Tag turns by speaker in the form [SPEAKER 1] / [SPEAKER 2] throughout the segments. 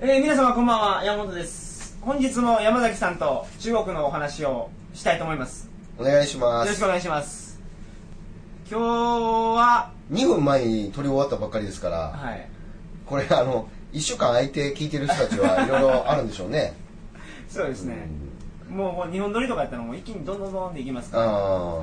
[SPEAKER 1] えー皆様こんばんは山本です本日も山崎さんと中国のお話をしたいと思います
[SPEAKER 2] お願いし
[SPEAKER 1] よ
[SPEAKER 2] ま
[SPEAKER 1] ろし
[SPEAKER 2] す
[SPEAKER 1] くお願いします今日は
[SPEAKER 2] 2分前に撮り終わったばっかりですから
[SPEAKER 1] はい
[SPEAKER 2] これあの1週間空いて聞いてる人たちはいろいろあるんでしょうね
[SPEAKER 1] そうですね、もうもう日本撮りとかやったらもう一気にどんどんどんっていきますから
[SPEAKER 2] ああ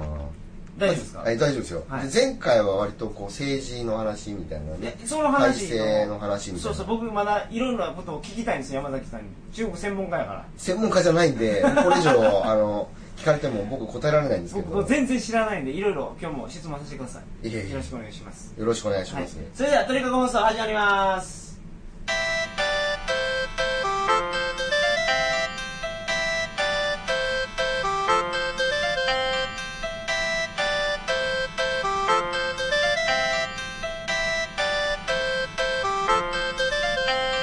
[SPEAKER 1] 大丈夫ですか、
[SPEAKER 2] はい大丈夫ですよ、
[SPEAKER 1] はい
[SPEAKER 2] で前回は割とこう政治の話みたいなね
[SPEAKER 1] でその話
[SPEAKER 2] 体制の話みたい
[SPEAKER 1] そう
[SPEAKER 2] な
[SPEAKER 1] そう僕まだいろんなことを聞きたいんですよ山崎さんに中国専門家やから
[SPEAKER 2] 専門家じゃないんでこれ以上あの聞かれても僕答えられないんですけど
[SPEAKER 1] 僕全然知らないんでいろいろ今日も質問させてください
[SPEAKER 2] いえいえ
[SPEAKER 1] よろしくお願いします
[SPEAKER 2] よろしくお願いし
[SPEAKER 1] は
[SPEAKER 2] ま
[SPEAKER 1] い
[SPEAKER 2] す、ね、
[SPEAKER 1] それではトリカゴ放送始まりますえー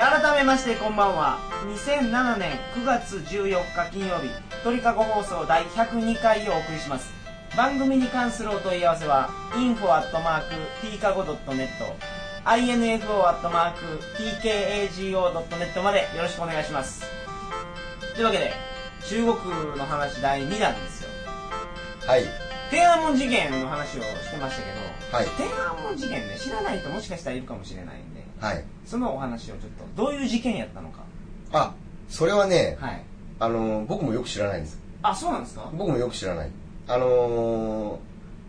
[SPEAKER 1] 改めましてこんばんは2007年9月14日金曜日鳥かご放送第102回をお送りします番組に関するお問い合わせは info.tkago.net info.tkago.net までよろしくお願いしますというわけで中国の話第2弾ですよ
[SPEAKER 2] はい
[SPEAKER 1] 天安門事件の話をしてましたけど、
[SPEAKER 2] はい
[SPEAKER 1] 天安門事件ね知らない人もしかしたらいるかもしれないんで
[SPEAKER 2] はい
[SPEAKER 1] そのお話をちょっとどういう事件やったのか
[SPEAKER 2] あそれはね、
[SPEAKER 1] はい
[SPEAKER 2] あの僕もよく知らないんです
[SPEAKER 1] あそうなんですか
[SPEAKER 2] 僕もよく知らないあのー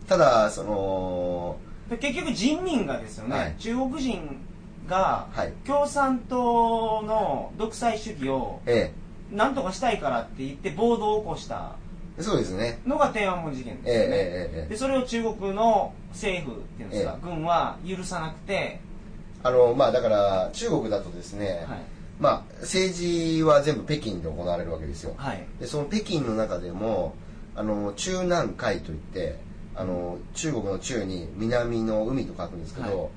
[SPEAKER 2] ただその
[SPEAKER 1] で結局人民がですよね、
[SPEAKER 2] はい
[SPEAKER 1] 中国人が
[SPEAKER 2] はい
[SPEAKER 1] 共産党の独裁主義を
[SPEAKER 2] え
[SPEAKER 1] なんとかしたいからって言って暴動を起こした
[SPEAKER 2] えそうですね
[SPEAKER 1] のが天安門事件
[SPEAKER 2] ええ
[SPEAKER 1] ですよね、
[SPEAKER 2] ええええ
[SPEAKER 1] でそれを中国の政府っていうんですか
[SPEAKER 2] え、え
[SPEAKER 1] 軍は許さなくて、
[SPEAKER 2] あのまあだから中国だとですね、
[SPEAKER 1] はい
[SPEAKER 2] まあ政治は全部北京で行われるわけですよ
[SPEAKER 1] はい
[SPEAKER 2] でその北京の中でもあの中南海といってあの中国の中に南の海と書くんですけど、
[SPEAKER 1] はい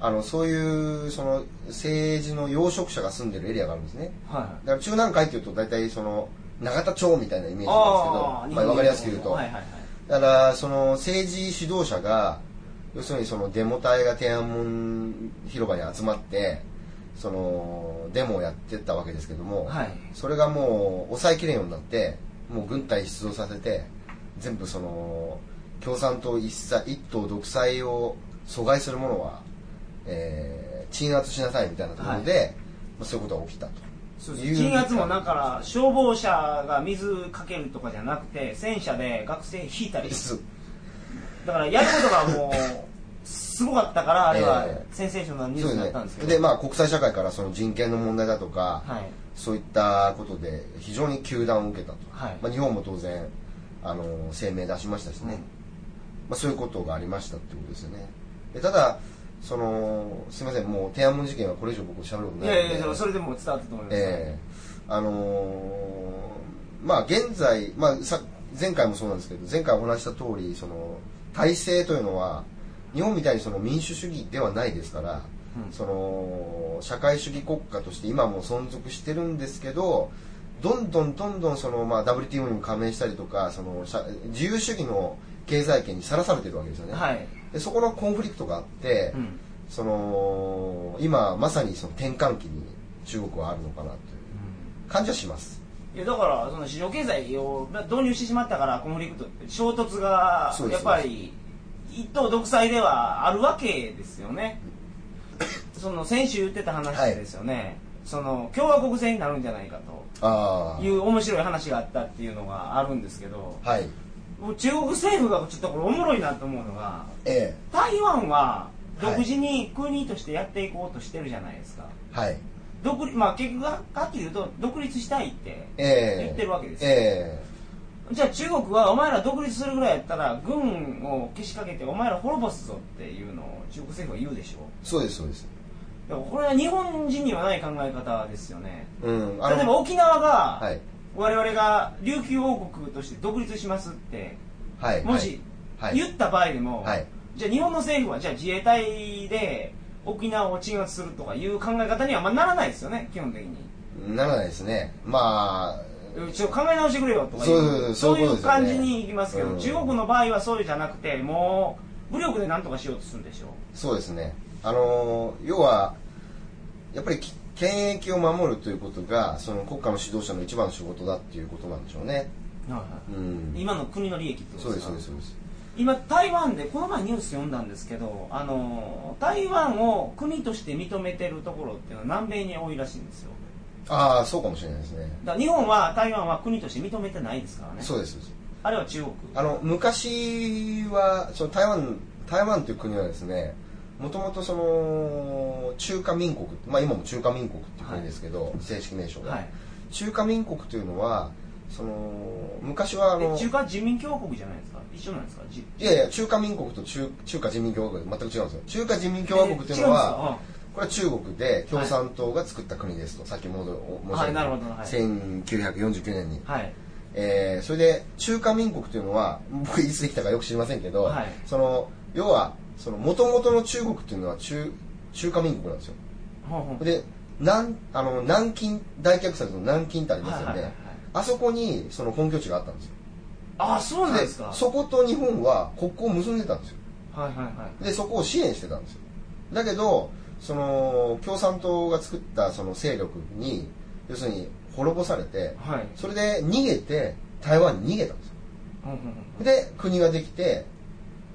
[SPEAKER 2] あのそういうその政治の養殖者が住んでるエリアがあるんですね
[SPEAKER 1] は
[SPEAKER 2] だから中南海っていうと大体その永田町みたいなイ
[SPEAKER 1] い
[SPEAKER 2] メージなんですけどまあ、
[SPEAKER 1] わ
[SPEAKER 2] 分かりやすく言うと、
[SPEAKER 1] はいはいはい
[SPEAKER 2] だからその政治指導者が要するにそのデモ隊が天安門広場に集まってそのデモをやってったわけですけども、
[SPEAKER 1] はい
[SPEAKER 2] それがもう抑えきれんようになってもう軍隊出動させて全部その共産党一さ一党独裁を阻害する者は、えー鎮圧しなさいみたいなところで、まあそういうことが起きたと。
[SPEAKER 1] そうです鎮圧もだから消防車が水かけるとかじゃなくて戦車で学生引いたり
[SPEAKER 2] そう
[SPEAKER 1] だからやることがもうすごかったからあれは
[SPEAKER 2] ええ
[SPEAKER 1] センセーショナルニュース
[SPEAKER 2] そう
[SPEAKER 1] にな
[SPEAKER 2] です
[SPEAKER 1] った
[SPEAKER 2] ね
[SPEAKER 1] んですけど、
[SPEAKER 2] でまあ国際社会からその人権の問題だとか、
[SPEAKER 1] はい
[SPEAKER 2] そういったことで非常に糾弾を受けたと、
[SPEAKER 1] はい
[SPEAKER 2] まあ、日本も当然あの声明出しましたしね、
[SPEAKER 1] うん
[SPEAKER 2] まあ、そういうことがありましたってことですよねでただそのすいませんもう天安門事件はこれ以上僕しゃべること
[SPEAKER 1] い
[SPEAKER 2] ない
[SPEAKER 1] やい
[SPEAKER 2] ので
[SPEAKER 1] やいやそれでも伝わったと思います、
[SPEAKER 2] ええあのーまあ現在、まあ、さ前回もそうなんですけど前回お話しした通りその体制というのは日本みたいにその民主主義ではないですから、
[SPEAKER 1] うん
[SPEAKER 2] その社会主義国家として今も存続してるんですけどどんどんどんどんその、まあ、WTO にも加盟したりとかその社自由主義の経済圏にさらされてるわけですよね、
[SPEAKER 1] はい、
[SPEAKER 2] でそこのコンフリクトがあって、
[SPEAKER 1] うん
[SPEAKER 2] その今まさにその転換期に中国はあるのかなという感じはします
[SPEAKER 1] いやだからその市場経済を導入してしまったからコンフリクト衝突が
[SPEAKER 2] そうで
[SPEAKER 1] やっ
[SPEAKER 2] す
[SPEAKER 1] ぱり一党独裁ではあるわけですよねその先週言ってた話ですよね、その共和国制になるんじゃないか
[SPEAKER 2] あ
[SPEAKER 1] とい
[SPEAKER 2] あ
[SPEAKER 1] う面白い話があったっていうのがあるんですけど
[SPEAKER 2] はい
[SPEAKER 1] もう中国政府がちょっとこれおもろいなと思うのが
[SPEAKER 2] え
[SPEAKER 1] 台湾は
[SPEAKER 2] はい
[SPEAKER 1] 独自に国としてやっていこうとしてるじゃないですか、
[SPEAKER 2] えはい
[SPEAKER 1] 独立まあ結局ははっきり言うと独立したいって
[SPEAKER 2] ええ
[SPEAKER 1] 言ってるわけですよ
[SPEAKER 2] え
[SPEAKER 1] じゃあ中国はお前ら独立するぐらいやったら軍をけしかけてお前ら滅ぼすぞっていうのを中国政府は言うでしょ
[SPEAKER 2] えそうですそうです
[SPEAKER 1] だからこれは日本人にはない考え方ですよね
[SPEAKER 2] うん
[SPEAKER 1] 例えば沖縄が、
[SPEAKER 2] はい
[SPEAKER 1] 我々が琉球王国として独立しますって
[SPEAKER 2] はい
[SPEAKER 1] もし
[SPEAKER 2] はい
[SPEAKER 1] 言った場合でも、
[SPEAKER 2] はい
[SPEAKER 1] じゃあ日本の政府はじゃあ自衛隊で沖縄を鎮圧するとかいう考え方にはまあならないですよね基本的に
[SPEAKER 2] ならないですねまあ
[SPEAKER 1] ちょっと考え直してくれよとかい
[SPEAKER 2] そう
[SPEAKER 1] う
[SPEAKER 2] そうそうそう
[SPEAKER 1] い
[SPEAKER 2] いううことですよ
[SPEAKER 1] 感
[SPEAKER 2] ね
[SPEAKER 1] じにいきますけど、
[SPEAKER 2] うん
[SPEAKER 1] 中国の場合はそうじゃなくてもう武力で何とかしようとするんでしょ
[SPEAKER 2] そうですねあの要はやっぱりき権益を守るということがその国家の指導者の一番の仕事だっていうことなんでしょうね
[SPEAKER 1] はいはい
[SPEAKER 2] うん
[SPEAKER 1] 今の国の利益ってこと
[SPEAKER 2] そう
[SPEAKER 1] で
[SPEAKER 2] です
[SPEAKER 1] か
[SPEAKER 2] すそうですそうです
[SPEAKER 1] 今台湾でこの前ニュース読んだんですけどあの台湾を国として認めてるところっていうのは南米に多いらしいんですよ
[SPEAKER 2] ああそうかもしれないですね
[SPEAKER 1] だから日本は台湾は国として認めてないですからね
[SPEAKER 2] そうですそうです
[SPEAKER 1] あれは中国
[SPEAKER 2] あの昔はその台湾台湾という国はですねもともとその中華民国、まあ、今も中華民国っていう国ですけど、正式名称が、
[SPEAKER 1] はい
[SPEAKER 2] 中華民国というのはその昔はあ
[SPEAKER 1] え
[SPEAKER 2] の
[SPEAKER 1] 中華人民共和国じゃないですか一緒なんですかじ
[SPEAKER 2] いやいや中華民国と中中華人民共和国は全く違うんですよ中華人民共和国とい
[SPEAKER 1] え違んです
[SPEAKER 2] うのは
[SPEAKER 1] か
[SPEAKER 2] これは中国で共産党が作った国ですと、さっきもお申し
[SPEAKER 1] はいなるほ
[SPEAKER 2] 上げ
[SPEAKER 1] どはい
[SPEAKER 2] た、1949年に、
[SPEAKER 1] はい
[SPEAKER 2] えーそれで中華民国というのは僕いつできたかよく知りませんけど、
[SPEAKER 1] はい
[SPEAKER 2] その要はその元々の中国というのは中中華民国なんですよ
[SPEAKER 1] ほうほう
[SPEAKER 2] で南あの南京大虐殺の南京ってありますよね、
[SPEAKER 1] はいはいはい
[SPEAKER 2] あそこにその本拠地があったんですよ
[SPEAKER 1] あそうなんですか
[SPEAKER 2] そこと日本は国交を結んでたんですよ
[SPEAKER 1] はいはいはい
[SPEAKER 2] でそこを支援してたんですよだけどその共産党が作ったその勢力に要するに滅ぼされて
[SPEAKER 1] はい
[SPEAKER 2] それで逃げて台湾に逃げたんですよ
[SPEAKER 1] ほうほうほう
[SPEAKER 2] で国ができて、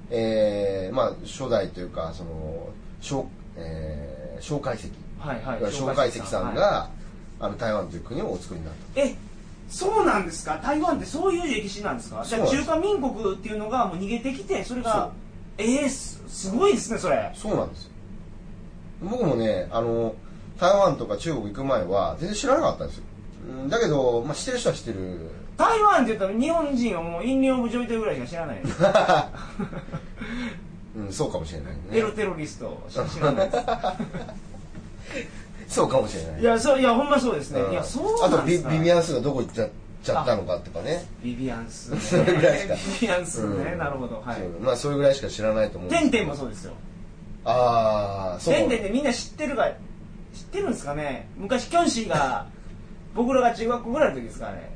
[SPEAKER 2] えーまあ、初代というかその蒋、えー、蒋介石
[SPEAKER 1] はいはい
[SPEAKER 2] 蒋介石さんが、
[SPEAKER 1] は
[SPEAKER 2] あの台湾という国をお作りになった
[SPEAKER 1] いえそうなんですか台湾ってそういう歴史なんですかじゃあ
[SPEAKER 2] そうなんで
[SPEAKER 1] 中
[SPEAKER 2] す
[SPEAKER 1] 華民国っていうのがもう逃げてきてそれがえー、すすごいですねそれ
[SPEAKER 2] そうなんですよ僕もねあの台湾とか中国行く前は全然知らなかったんですようんだけど、まあ、知ってる人は知ってる
[SPEAKER 1] 台湾って言ったら日本人はもう飲料部ジョイトぐらいしか知らないです
[SPEAKER 2] うん、そうかもしれないね
[SPEAKER 1] テロテロリストしか知らないです
[SPEAKER 2] そうかもしれない
[SPEAKER 1] いやそういやほんまそうですね、
[SPEAKER 2] うん
[SPEAKER 1] いやそう
[SPEAKER 2] あ
[SPEAKER 1] な
[SPEAKER 2] と
[SPEAKER 1] んで
[SPEAKER 2] ビ
[SPEAKER 1] すか
[SPEAKER 2] ビビアンスがどこ行っちゃちゃったのかとかね
[SPEAKER 1] ビビアンスね
[SPEAKER 2] それぐらいしか
[SPEAKER 1] ビビアンスね、
[SPEAKER 2] うん
[SPEAKER 1] なるほどはい
[SPEAKER 2] そうまあそれぐらいしか知らないと思うんです
[SPEAKER 1] テン
[SPEAKER 2] けど
[SPEAKER 1] テンもそうですよ
[SPEAKER 2] ああそう
[SPEAKER 1] テンテンってみんな知ってるか知ってるんですかね昔キョンシー が僕らが中学校ぐらいの時ですからね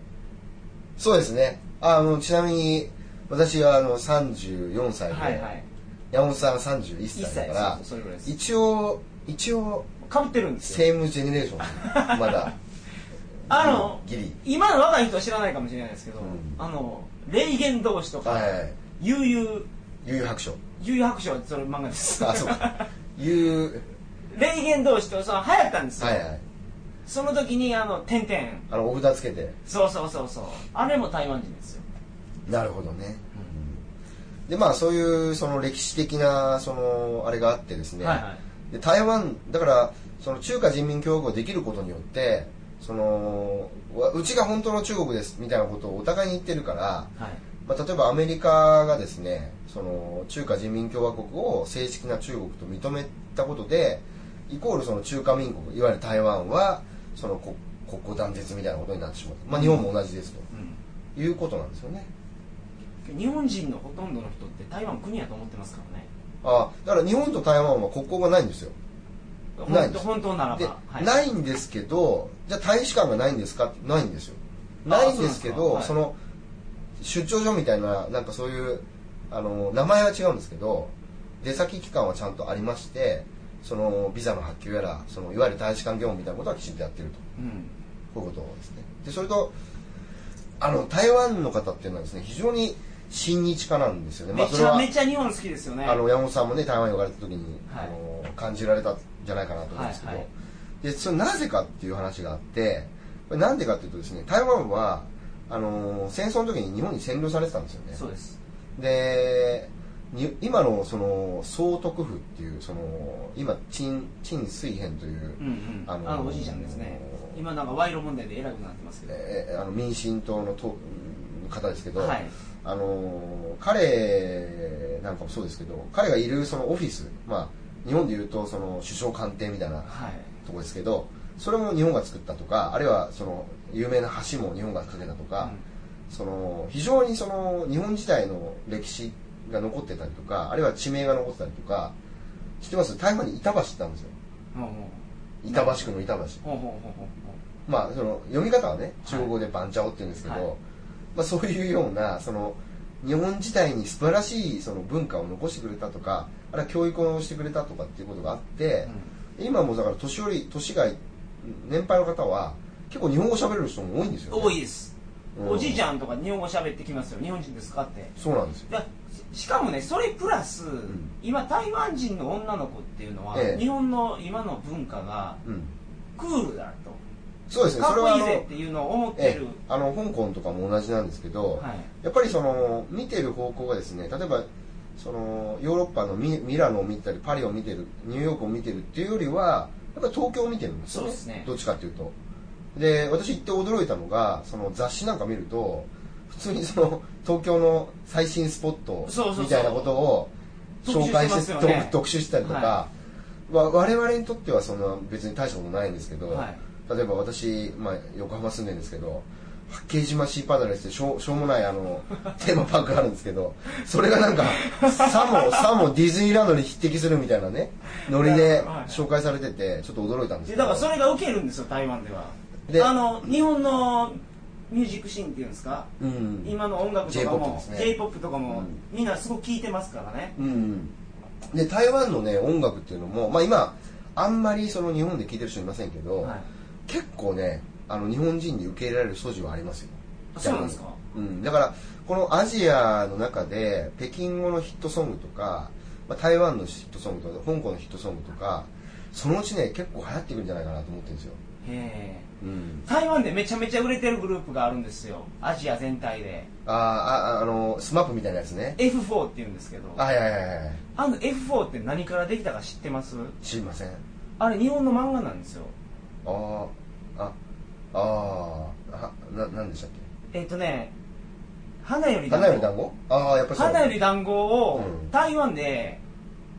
[SPEAKER 2] そうですねあのちなみに私はあの34歳で、
[SPEAKER 1] はいはい
[SPEAKER 2] 山本さんが31
[SPEAKER 1] 1
[SPEAKER 2] 歳
[SPEAKER 1] 歳そ
[SPEAKER 2] だか
[SPEAKER 1] う
[SPEAKER 2] ら
[SPEAKER 1] そうそれぐらいです
[SPEAKER 2] 一応一応
[SPEAKER 1] かぶってるんですよ
[SPEAKER 2] セームジェネレーシ ョンまだ
[SPEAKER 1] あの
[SPEAKER 2] ギリ
[SPEAKER 1] 今の若い人は知らないかもしれないですけど、
[SPEAKER 2] うん
[SPEAKER 1] あの霊言同士とか、
[SPEAKER 2] はいはい
[SPEAKER 1] 悠々
[SPEAKER 2] 悠々白書
[SPEAKER 1] 悠々白書はそれ漫画です
[SPEAKER 2] あそうか悠
[SPEAKER 1] 霊言同士とその流行ったんですよ、
[SPEAKER 2] 々はいはい
[SPEAKER 1] その時にあの「てんてん
[SPEAKER 2] あのお札つけて」
[SPEAKER 1] そうそうそうそうあれも台湾人ですよ
[SPEAKER 2] なるほどね、でまあそういうその歴史的なそのあれがあってですね、
[SPEAKER 1] はいはい
[SPEAKER 2] で台湾だからその中華人民共和国ができることによってそのわうちが本当の中国ですみたいなことをお互いに言ってるから、
[SPEAKER 1] はい
[SPEAKER 2] まあ、例えばアメリカがですねその中華人民共和国を正式な中国と認めたことでイコールその中華民国いわゆる台湾はその国国交断絶みたいなことになってしまう、まあ、日本も同じですと
[SPEAKER 1] う
[SPEAKER 2] いうことなんですよね
[SPEAKER 1] ん、日本人のほとんどの人って台湾国やと思ってますからね
[SPEAKER 2] あだから日本と台湾は国交がないんですよない
[SPEAKER 1] 本
[SPEAKER 2] で
[SPEAKER 1] 当
[SPEAKER 2] す
[SPEAKER 1] 本当ならば、
[SPEAKER 2] で、
[SPEAKER 1] はい、
[SPEAKER 2] ないんですけどじゃあ大使館がないんですかってないんですよ
[SPEAKER 1] あ
[SPEAKER 2] ないんですけどそ
[SPEAKER 1] そうな
[SPEAKER 2] の出張所みたいななんかそういうあの名前は違うんですけど出先機関はちゃんとありましてそのビザの発給やらそのいわゆる大使館業務みたいなことはきちんとやってると
[SPEAKER 1] うん、
[SPEAKER 2] こういうことですねでそれとあの台湾の方っていうのはですね非常に親日家なんですよね、まあ、
[SPEAKER 1] め
[SPEAKER 2] そ
[SPEAKER 1] ち
[SPEAKER 2] れ
[SPEAKER 1] ゃ
[SPEAKER 2] は
[SPEAKER 1] めちゃ日本好きですよね
[SPEAKER 2] あの山本さんもね台湾に呼ばれた時に、
[SPEAKER 1] はい
[SPEAKER 2] あの感じられたんじゃないかなと思うんですけど、
[SPEAKER 1] はいはい
[SPEAKER 2] でそれなぜかっていう話があってこれなんでかっていうとですね台湾はあの戦争の時に日本に占領されてたんですよね
[SPEAKER 1] そうです
[SPEAKER 2] でに今のその総督府っていうその今陳陳水扁という、
[SPEAKER 1] うんうんあ
[SPEAKER 2] あ
[SPEAKER 1] の
[SPEAKER 2] の
[SPEAKER 1] おじいちゃんですね今なんか賄賂問題で偉くなってますけど、
[SPEAKER 2] えーあの民進党の党の方ですけど、
[SPEAKER 1] はい
[SPEAKER 2] あの彼なんかもそうですけど彼がいるそのオフィス、まあ、日本でいうとその首相官邸みたいな
[SPEAKER 1] はい
[SPEAKER 2] とこですけどそれも日本が作ったとかあるいはその有名な橋も日本が架けたとか、その非常にその日本時代の歴史が残ってたりとかあるいは地名が残ってたりとか知ってます台湾に板橋ってあるんですよ
[SPEAKER 1] うん、ほうほう
[SPEAKER 2] 板橋区の板橋
[SPEAKER 1] ほうほうほうほう
[SPEAKER 2] まあ、その読み方はね中国語でバンチャオって言うんですけど、
[SPEAKER 1] はい
[SPEAKER 2] まあ、そういうようなその日本自体に素晴らしいその文化を残してくれたとかあるいは教育をしてくれたとかっていうことがあって、
[SPEAKER 1] うん
[SPEAKER 2] 今もだから年寄り年が年配の方は結構日本語喋れる人も多いんですよね、
[SPEAKER 1] 多いです、
[SPEAKER 2] うん
[SPEAKER 1] おじいちゃんとか日本語喋ってきますよ日本人ですかって
[SPEAKER 2] そうなんですよ
[SPEAKER 1] だしかもねそれプラス、
[SPEAKER 2] ん
[SPEAKER 1] 今台湾人の女の子っていうのは、
[SPEAKER 2] ええ
[SPEAKER 1] 日本の今の文化が
[SPEAKER 2] うん
[SPEAKER 1] クールだと
[SPEAKER 2] そうですね
[SPEAKER 1] か
[SPEAKER 2] そ
[SPEAKER 1] っ
[SPEAKER 2] れ
[SPEAKER 1] こ
[SPEAKER 2] はあ
[SPEAKER 1] いい
[SPEAKER 2] の
[SPEAKER 1] ぜっていうのを思って
[SPEAKER 2] ええ
[SPEAKER 1] る、
[SPEAKER 2] あの香港とかも同じなんですけど、
[SPEAKER 1] はい
[SPEAKER 2] やっぱりその見てる方向がですね例えばそのヨーロッパのミミラノを見たりパリを見てるニューヨークを見てるっていうよりはやっぱり東京を見てるんですよね
[SPEAKER 1] そうですね
[SPEAKER 2] どっちかっていうとで私行って驚いたのがその雑誌なんか見ると普通にその東京の最新スポット
[SPEAKER 1] そうそうそう
[SPEAKER 2] みたいなことを紹介し
[SPEAKER 1] 特集し
[SPEAKER 2] て
[SPEAKER 1] てますよね
[SPEAKER 2] 特特集したりとか、
[SPEAKER 1] は
[SPEAKER 2] わ我々にとってはそんな別に大したことないんですけど、
[SPEAKER 1] はい
[SPEAKER 2] 例えば私、まあ、横浜住んでるんですけど八景島シーパラダイスってしょう しょうもないあのテーマパークがあるんですけどそれがなんかさ もさもディズニーランドに匹敵するみたいなねノリで
[SPEAKER 1] はい
[SPEAKER 2] 紹介されててちょっと驚いたんです
[SPEAKER 1] で
[SPEAKER 2] け
[SPEAKER 1] だ
[SPEAKER 2] ど
[SPEAKER 1] からそれがウケるんですよ台湾では
[SPEAKER 2] で
[SPEAKER 1] あの日本のミュージックシーンっていうんですか、
[SPEAKER 2] うん
[SPEAKER 1] 今の音楽とか
[SPEAKER 2] J-POP
[SPEAKER 1] も
[SPEAKER 2] ですね
[SPEAKER 1] j p o p とかも、
[SPEAKER 2] うん
[SPEAKER 1] みんなすごく聴いてますからね
[SPEAKER 2] うんで台湾のね音楽っていうのも、まあ、今あんまりその日本で聴いてる人いませんけど、
[SPEAKER 1] はい
[SPEAKER 2] 結構ねあの日本人に受け入れられる素地はありますよ
[SPEAKER 1] あそうなんですか
[SPEAKER 2] うん、だからこのアジアの中で北京語のヒットソングとか、まあ、台湾のヒットソングとか香港のヒットソングとかそのうちね結構流行ってくるんじゃないかなと思ってるんですよ、
[SPEAKER 1] へえ
[SPEAKER 2] うん、
[SPEAKER 1] 台湾でめちゃめちゃ売れてるグループがあるんですよアジア全体で
[SPEAKER 2] あーああのスマップみたいなやつね
[SPEAKER 1] F4 って言うんですけど
[SPEAKER 2] あ
[SPEAKER 1] あ
[SPEAKER 2] はいはいはいはい
[SPEAKER 1] の F4 って何からできたか知ってます
[SPEAKER 2] 知りませんあ
[SPEAKER 1] あれ日本の漫画なんですよ
[SPEAKER 2] ーああーあななんでしたっ
[SPEAKER 1] えっ、とね花より
[SPEAKER 2] け
[SPEAKER 1] 団
[SPEAKER 2] 花
[SPEAKER 1] 子
[SPEAKER 2] より団子ああやっぱそう
[SPEAKER 1] 花より団子を
[SPEAKER 2] うん
[SPEAKER 1] 台湾で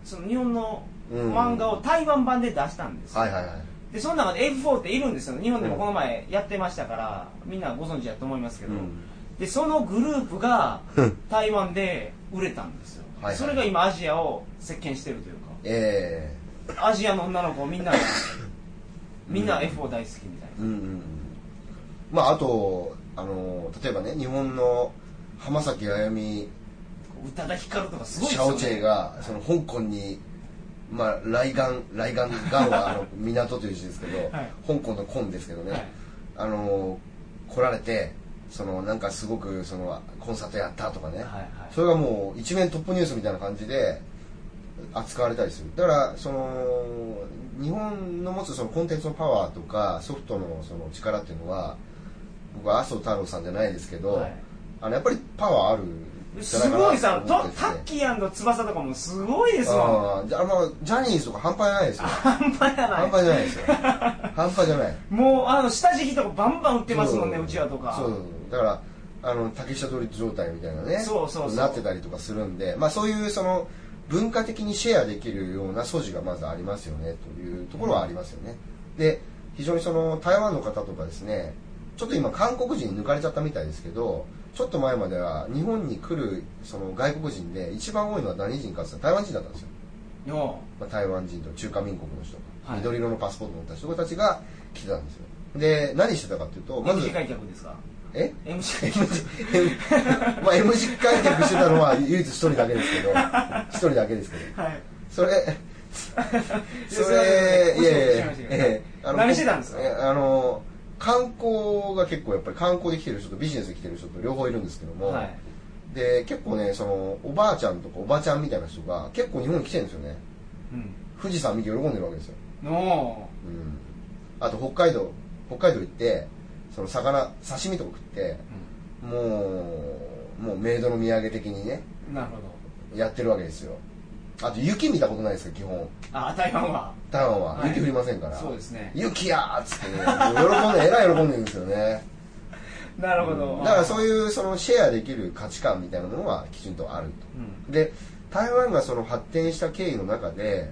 [SPEAKER 1] その日本の
[SPEAKER 2] うん
[SPEAKER 1] 漫画を台湾版で出したんですよ、
[SPEAKER 2] はいはいはい
[SPEAKER 1] でその中で F4 っているんですよ日本でもこの前やってましたからみんなご存知だと思いますけど、
[SPEAKER 2] うん
[SPEAKER 1] でそのグループ が
[SPEAKER 2] うん
[SPEAKER 1] 台湾で売れたんですよ、
[SPEAKER 2] はいはい
[SPEAKER 1] それが今アジアを席巻してるという
[SPEAKER 2] え
[SPEAKER 1] かアジアの女の子みんながみんな F4 大好きみたいな
[SPEAKER 2] えうんうんうんまああとあの例えばね日本の浜崎あゆみ
[SPEAKER 1] こう宇多田ヒカルとかすごいです
[SPEAKER 2] シャ
[SPEAKER 1] よ、ね、
[SPEAKER 2] オチェがその香港に、まあ、来岸来岸岸 はあの港という字ですけど、
[SPEAKER 1] はい
[SPEAKER 2] 香港の根ですけどね、
[SPEAKER 1] はい
[SPEAKER 2] あの来られてそのなんかすごくそのコンサートやったとかね、
[SPEAKER 1] はいはい
[SPEAKER 2] それがもう一面トップニュースみたいな感じで扱われたりするだからその日本の持つそのコンテンツのパワーとかソフトのその力っていうのは僕は麻生太郎さんじゃないですけど、
[SPEAKER 1] はい
[SPEAKER 2] あのやっぱりパワーあるんじゃな
[SPEAKER 1] す
[SPEAKER 2] いかな
[SPEAKER 1] ごいさ
[SPEAKER 2] と
[SPEAKER 1] と
[SPEAKER 2] 思ってて
[SPEAKER 1] タッキー翼とかもすごいですもん
[SPEAKER 2] あーじゃあまあジャニーズとか半端じゃな いですよ
[SPEAKER 1] 半端やな
[SPEAKER 2] 半
[SPEAKER 1] い
[SPEAKER 2] 端じゃないですよ半端じゃない
[SPEAKER 1] もうあの下敷きとかバンバン売ってますもんね
[SPEAKER 2] そう
[SPEAKER 1] ちわとか
[SPEAKER 2] そうだからあの竹下通り状態みたいなね
[SPEAKER 1] そうそうそう
[SPEAKER 2] なってたりとかするんで、まあ、そういうその文化的にシェアできるような素地がまずありますよねというところはありますよね、で非常にその台湾の方とかですねちょっと今韓国人に抜かれちゃったみたいですけどちょっと前までは日本に来るその外国人で一番多いのは何人かって言ったら台湾人だったんですよ
[SPEAKER 1] よ
[SPEAKER 2] まあ、台湾人と中華民国の人が、
[SPEAKER 1] はい
[SPEAKER 2] 緑色のパスポート持った人たちが来てたんですよで何してたかっていうと
[SPEAKER 1] う
[SPEAKER 2] まず
[SPEAKER 1] MC 開脚ですか
[SPEAKER 2] え
[SPEAKER 1] MC 開
[SPEAKER 2] M
[SPEAKER 1] 脚
[SPEAKER 2] 字 M まあ M 字開脚してたのは唯一一人だけですけど一人だけですけど
[SPEAKER 1] はい
[SPEAKER 2] それ
[SPEAKER 1] それ嘘つきましたけ
[SPEAKER 2] それいやいやいや
[SPEAKER 1] ど
[SPEAKER 2] ええあの
[SPEAKER 1] 何してたんですか
[SPEAKER 2] えあの観光が結構やっぱり観光で来てる人とビジネスで来てる人と両方いるんですけども、
[SPEAKER 1] はい
[SPEAKER 2] で結構ねそのおばあちゃんとかおばちゃんみたいな人が結構日本に来てるんですよね
[SPEAKER 1] うん
[SPEAKER 2] 富士山見て喜んでるわけですよ
[SPEAKER 1] の
[SPEAKER 2] うんあと北海道北海道行ってその魚刺身とか食ってもうもうメイドの土産的にね
[SPEAKER 1] うんなるほど
[SPEAKER 2] やってるわけですよあと雪見たことないですか基本
[SPEAKER 1] あ台湾は
[SPEAKER 2] 台湾は
[SPEAKER 1] はい
[SPEAKER 2] 雪降りませんから、
[SPEAKER 1] そうですね
[SPEAKER 2] 雪やーっつってねもう喜んでえ らい喜んでるんですよね
[SPEAKER 1] なるほど、
[SPEAKER 2] うんだからそう
[SPEAKER 1] う
[SPEAKER 2] いうそのシェアできる価値観みたいなものはきちんとあると
[SPEAKER 1] ん
[SPEAKER 2] で台湾がその発展した経緯の中で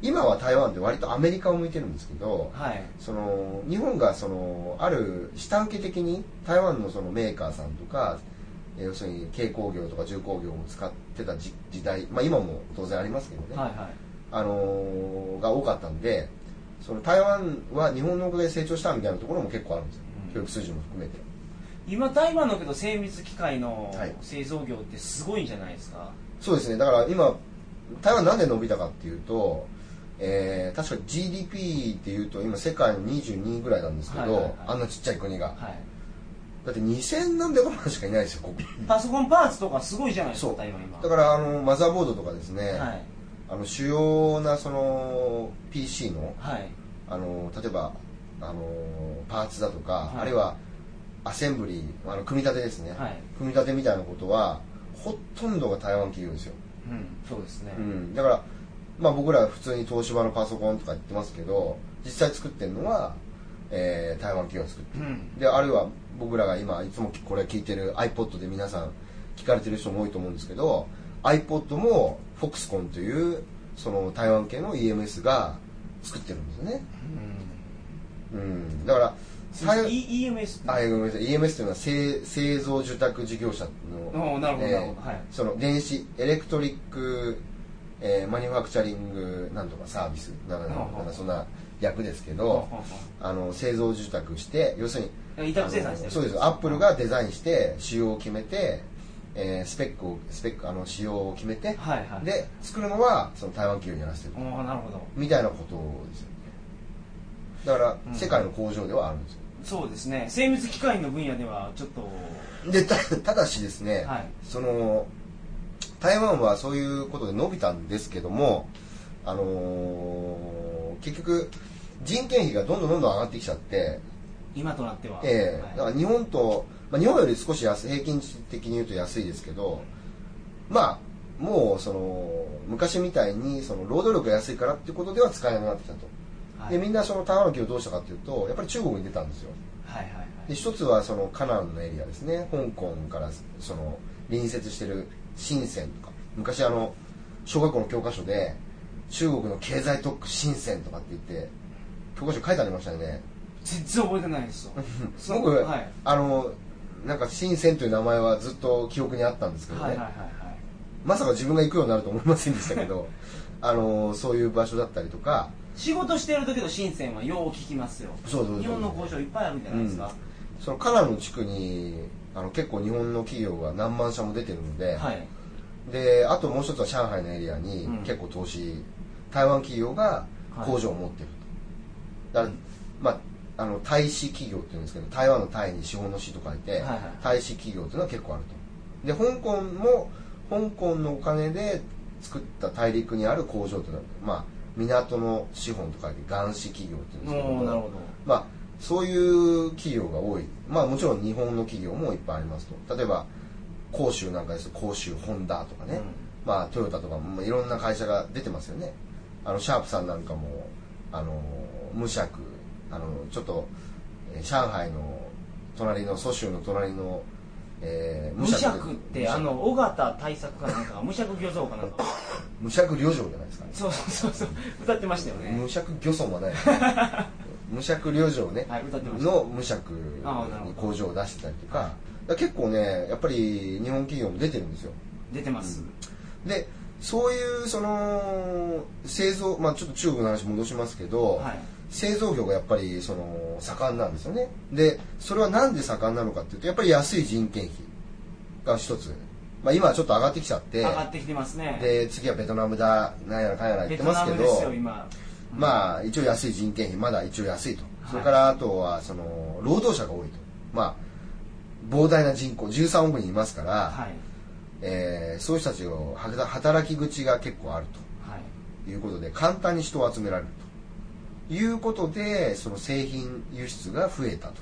[SPEAKER 2] 今は台湾って割とアメリカを向いてるんですけど、
[SPEAKER 1] はい
[SPEAKER 2] その日本がそのある下請け的に台湾のそのメーカーさんとかえー要するに軽工業とか重工業を使ってた時時代、まあ、今も当然ありますけどね、
[SPEAKER 1] はいは
[SPEAKER 2] あのーが多かったんでその台湾は日本のおかげで成長したみたいなところも結構あるんですよ、
[SPEAKER 1] うん
[SPEAKER 2] 教育水準も含めて
[SPEAKER 1] い今台湾のけど精密機械の
[SPEAKER 2] はい
[SPEAKER 1] 製造業ってすごいんじゃないですか、
[SPEAKER 2] そうですねだから今台湾なんで伸びたかっていうとえー確か GDP っていうと今世界の22位ぐらいなんですけど、
[SPEAKER 1] はいはいはい
[SPEAKER 2] あんなちっちゃい国が、
[SPEAKER 1] はい、
[SPEAKER 2] だって2000何百万しかいないですよここ
[SPEAKER 1] パソコンパーツとかすごいじゃないです
[SPEAKER 2] そ
[SPEAKER 1] か
[SPEAKER 2] う
[SPEAKER 1] 台湾今
[SPEAKER 2] だからあのマザーボードとかですね、
[SPEAKER 1] はい
[SPEAKER 2] あの主要なその PC の
[SPEAKER 1] はい
[SPEAKER 2] あの例えばあのパーツだとか、
[SPEAKER 1] はい
[SPEAKER 2] あるいはアセンブリーあの組み立てですね、
[SPEAKER 1] はい
[SPEAKER 2] 組み立てみたいなことはほとんどが台湾企業ですよ、
[SPEAKER 1] うんそうですね、
[SPEAKER 2] うん、だから、まあ、僕ら普通に東芝のパソコンとか言ってますけど実際作ってるのは、えー台湾企業が作ってる
[SPEAKER 1] うん
[SPEAKER 2] であるいは僕らが今いつもこれ聞いてる iPod で皆さん聞かれてる人も多いと思うんですけど iPod も Foxconn というその台湾系の EMS が作ってるんですよね、うん、だから
[SPEAKER 1] うん
[SPEAKER 2] 台
[SPEAKER 1] E- EMS
[SPEAKER 2] あごめんなさい EMS というのは製製造受託事業者
[SPEAKER 1] お
[SPEAKER 2] の
[SPEAKER 1] ーなるほど
[SPEAKER 2] えー
[SPEAKER 1] なるほどはい
[SPEAKER 2] その電子エレクトリック、えーマニュファクチャリングなんとかサービスなん
[SPEAKER 1] ほ
[SPEAKER 2] か
[SPEAKER 1] うほう
[SPEAKER 2] なんかそんな役ですけ
[SPEAKER 1] ほ
[SPEAKER 2] ど
[SPEAKER 1] うほうほ
[SPEAKER 2] あの製造受託して要するに
[SPEAKER 1] 委託生産してる
[SPEAKER 2] あのそうですアップルがデザインして仕様を決めて、えースペックをスペックあの仕様を決めて、
[SPEAKER 1] はいはい
[SPEAKER 2] で作るのはその台湾企業にやらせてる
[SPEAKER 1] おーなるほど
[SPEAKER 2] みたいなことですよねだから、
[SPEAKER 1] うん
[SPEAKER 2] 世界の工場ではあるんですよ
[SPEAKER 1] そうですね精密機械の分野ではちょっと
[SPEAKER 2] でたただしですね、
[SPEAKER 1] はい
[SPEAKER 2] その台湾はそういうことで伸びたんですけども、あのー結局人件費がどんどんどんどん上がってきちゃって、
[SPEAKER 1] 今となっては、
[SPEAKER 2] ええだか
[SPEAKER 1] はい
[SPEAKER 2] ら日本と、まあ、日本より少し安い平均値的に言うと安いですけどまあもうその昔みたいにその労働力が安いからっていうことでは使えなくなってきたと、
[SPEAKER 1] はい、
[SPEAKER 2] でみんなその台湾の企業どうしたかっていうとやっぱり中国に出たんですよ
[SPEAKER 1] はいはいはい
[SPEAKER 2] で一つはそのカナンのエリアですね香港からその隣接してる深センとか昔あの小学校の教科書で中国の経済特区深センとかって言って教科書書いてありましたよね
[SPEAKER 1] 全然覚えてないんですよ
[SPEAKER 2] す
[SPEAKER 1] そ
[SPEAKER 2] ご
[SPEAKER 1] う
[SPEAKER 2] く、
[SPEAKER 1] はい
[SPEAKER 2] あのなんか深センという名前はずっと記憶にあったんですけどね、
[SPEAKER 1] はいはいはい
[SPEAKER 2] まさか自分が行くようになると思いませんでしたけ どあのそういう場所だったりとか
[SPEAKER 1] 仕事してる時の深センはよう聞きますよ
[SPEAKER 2] そうそうそう
[SPEAKER 1] 日本の工場いっぱいあるんじゃないですか、
[SPEAKER 2] そのカナンの地区にあの結構日本の企業が何万社も出てるので、
[SPEAKER 1] はい
[SPEAKER 2] であともう一つは上海のエリアに
[SPEAKER 1] うん
[SPEAKER 2] 結構投資、台湾企業が工場を持ってると、だから、まあ、あのタイ資企業っていうんですけど台湾のタイに資本の資と書いて、
[SPEAKER 1] はいはい
[SPEAKER 2] タイ資企業っていうのは結構あるとで香港も香港のお金で作った大陸にある工場っていうのは、まあ、港の資本と書いて元資企業っていうん
[SPEAKER 1] お
[SPEAKER 2] で
[SPEAKER 1] ー
[SPEAKER 2] すけども
[SPEAKER 1] なるほ
[SPEAKER 2] まあ、そういう企業が多い、まあ、もちろん日本の企業もいっぱいありますと例えば広州なんかですと広州ホンダとかね、
[SPEAKER 1] うん
[SPEAKER 2] まあ、トヨタとかもまあいろんな会社が出てますよねあのシャープさんなんかもあの無釈あのちょっとえー上海の隣の蘇州の隣の、えー
[SPEAKER 1] ど無職ってあ
[SPEAKER 2] 無
[SPEAKER 1] の尾形対策かなんか無職漁像かなんか
[SPEAKER 2] 無釈旅情じゃないですか、ね
[SPEAKER 1] そうそうそうそう歌ってましたよね
[SPEAKER 2] 無釈漁村はない 無釈旅情ね、
[SPEAKER 1] はい歌ってました
[SPEAKER 2] の無釈
[SPEAKER 1] ああなるほ
[SPEAKER 2] に
[SPEAKER 1] ど
[SPEAKER 2] 工場を出してたりとかだから結構ねやっぱり日本企業も出てるんですよ
[SPEAKER 1] 出てます、
[SPEAKER 2] でそういうその製造まあちょっと中国の話戻しますけど、
[SPEAKER 1] はい
[SPEAKER 2] 製造業がやっぱりその盛んなんですよねでそれはなんで盛んなのかっていうとやっぱり安い人件費が一つ、まあ、今はちょっと上がってきちゃって
[SPEAKER 1] 上がってきてますね
[SPEAKER 2] で次はベトナムだなんやらかんやら言
[SPEAKER 1] ベ
[SPEAKER 2] って
[SPEAKER 1] ト
[SPEAKER 2] ま
[SPEAKER 1] ナ
[SPEAKER 2] すけ
[SPEAKER 1] ム
[SPEAKER 2] ど
[SPEAKER 1] ですよ今
[SPEAKER 2] まあ、一応安い人件費、まだ一応安いと、
[SPEAKER 1] い
[SPEAKER 2] それからあとはその労働者が多いと、まあ、膨大な人口、13億人いますから、
[SPEAKER 1] はい
[SPEAKER 2] えーそういう人たちを働き口が結構ある
[SPEAKER 1] はい
[SPEAKER 2] ということで、簡単に人を集められるということで、その製品輸出が増えたと、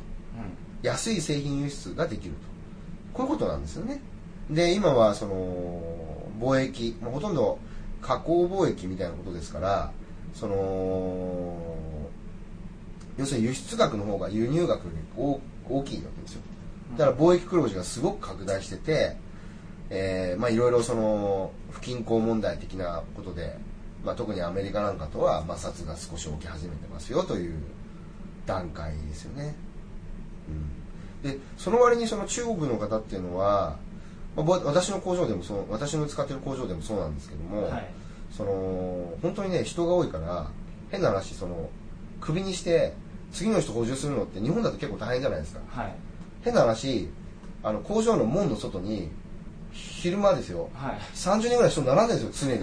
[SPEAKER 2] 安い製品輸出ができると、こういうことなんですよね。で、今はその貿易、もうほとんど加工貿易みたいなことですから、その要するに輸出額の方が輸入額より大大きいわけですよだから貿易黒字がすごく拡大してて、えーまあいろいろその不均衡問題的なことで、まあ、特にアメリカなんかとは摩擦が少し起き始めてますよという段階ですよね、うん、でその割にその中国の方っていうのは、まあ、ぼ私の工場でもそう私の使ってる工場でもそうなんですけど
[SPEAKER 1] うん
[SPEAKER 2] も、
[SPEAKER 1] はい
[SPEAKER 2] その本当にね人が多いから変な話そのクビにして次の人補充するのって日本だと結構大変じゃないですか
[SPEAKER 1] はい
[SPEAKER 2] 変な話あの工場の門の外に昼間ですよ
[SPEAKER 1] は
[SPEAKER 2] 30人ぐらい人並んでるんですよ
[SPEAKER 1] い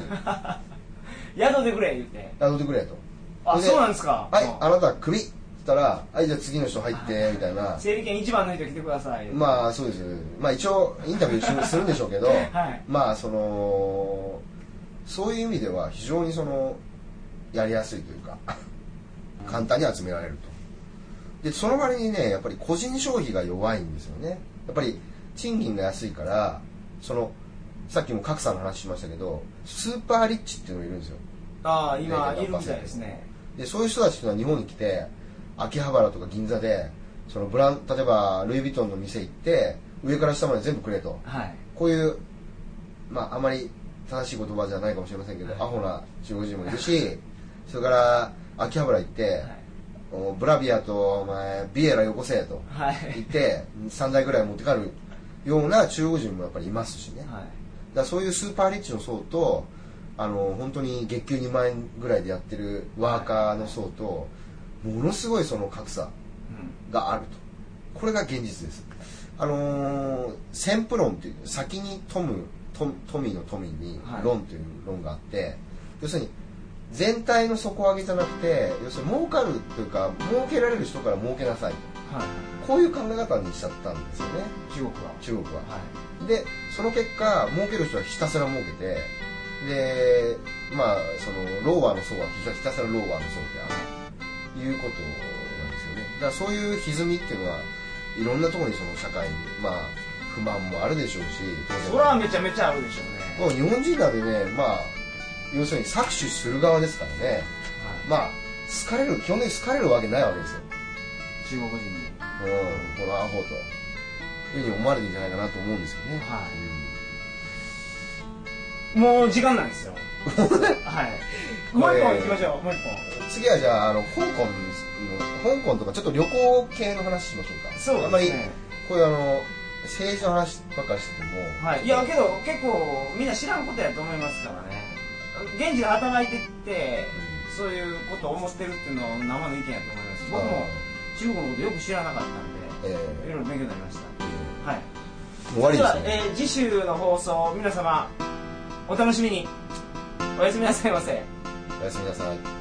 [SPEAKER 1] 宿でくれ言って
[SPEAKER 2] 雇ってくれと
[SPEAKER 1] あ
[SPEAKER 2] で
[SPEAKER 1] そうなんですか
[SPEAKER 2] はい
[SPEAKER 1] うん
[SPEAKER 2] あなたクビっつったらはいじゃあ次の人入ってみたいな
[SPEAKER 1] 整理券一番の人来てください言うて
[SPEAKER 2] まあそうですまあ一応インタビューしするんでしょう けど、
[SPEAKER 1] はい
[SPEAKER 2] まあそのそういう意味では非常にそのやりやすいというか簡単に集められるとでその割にねやっぱり個人消費が弱いんですよねやっぱり賃金が安いからそのさっきも格差の話しましたけどスーパーリッチっていうのがいるんですよ
[SPEAKER 1] ああ今
[SPEAKER 2] ね
[SPEAKER 1] いるみたいですね
[SPEAKER 2] でそういう人たちが日本に来て秋葉原とか銀座でそのブラン例えばルイ・ヴィトンの店行って上から下まで全部くれと
[SPEAKER 1] はい
[SPEAKER 2] こういうまああまり正しい言葉じゃないかもしれませんけど、
[SPEAKER 1] はい
[SPEAKER 2] アホな中国人もい るしそれから秋葉原行って、おブラビアとお前ビエラよこせと
[SPEAKER 1] はい
[SPEAKER 2] 言って3台ぐらい持って帰るような中国人もやっぱりいますしね、
[SPEAKER 1] はい
[SPEAKER 2] だからそういうスーパーリッチの層とあの本当に月給2万円ぐらいでやってるワーカーの層とものすごいその格差
[SPEAKER 1] うん
[SPEAKER 2] があるとこれが現実ですあのー先プ論っていう先に富む富富の富に
[SPEAKER 1] はい
[SPEAKER 2] 論という論があって、要するに全体の底上げじゃなくて要するに儲かるというか儲けられる人から儲けなさいと
[SPEAKER 1] はい
[SPEAKER 2] こういう考え方にしちゃったんですよね
[SPEAKER 1] 中国
[SPEAKER 2] 中国は
[SPEAKER 1] ははい
[SPEAKER 2] でその結果儲ける人はひたすら儲けてでまあそのローワーの層はひたひたすらローワーの層であるということなんですよねだからそういう歪みっていうのはいろんなところにその社会にまあ不満もあるでしょうし
[SPEAKER 1] それはめちゃめちゃあるでしょうね
[SPEAKER 2] もう日本人なんでねまあ要するに搾取する側ですからね
[SPEAKER 1] はい
[SPEAKER 2] まあ好かれる基本的に好かれるわけないわけですよ
[SPEAKER 1] 中国人に
[SPEAKER 2] うんこのアホというふうに思われてるんじゃないかなと思うんですよね、
[SPEAKER 1] は
[SPEAKER 2] うん
[SPEAKER 1] もう時間なんですよはいもう一本行きましょうもう一本
[SPEAKER 2] 次はじゃああの香港の香港とかちょっと旅行系の話しましょうか
[SPEAKER 1] そう
[SPEAKER 2] あんまり
[SPEAKER 1] ですね
[SPEAKER 2] こういうあの政治の話ばっかりしてても、
[SPEAKER 1] はい、いやけど結構みんな知らんことやと思いますからね現地で働いてってそういうことを思ってるっていうのは生の意見やと思います僕も中国のことよく知らなかったん
[SPEAKER 2] えー
[SPEAKER 1] でいろいろ勉強になりまし
[SPEAKER 2] え
[SPEAKER 1] たはい
[SPEAKER 2] ーもう終わり
[SPEAKER 1] で
[SPEAKER 2] で
[SPEAKER 1] は
[SPEAKER 2] す、ね
[SPEAKER 1] えー次週の放送皆様お楽しみにおやすみなさいませ
[SPEAKER 2] おやすみなさい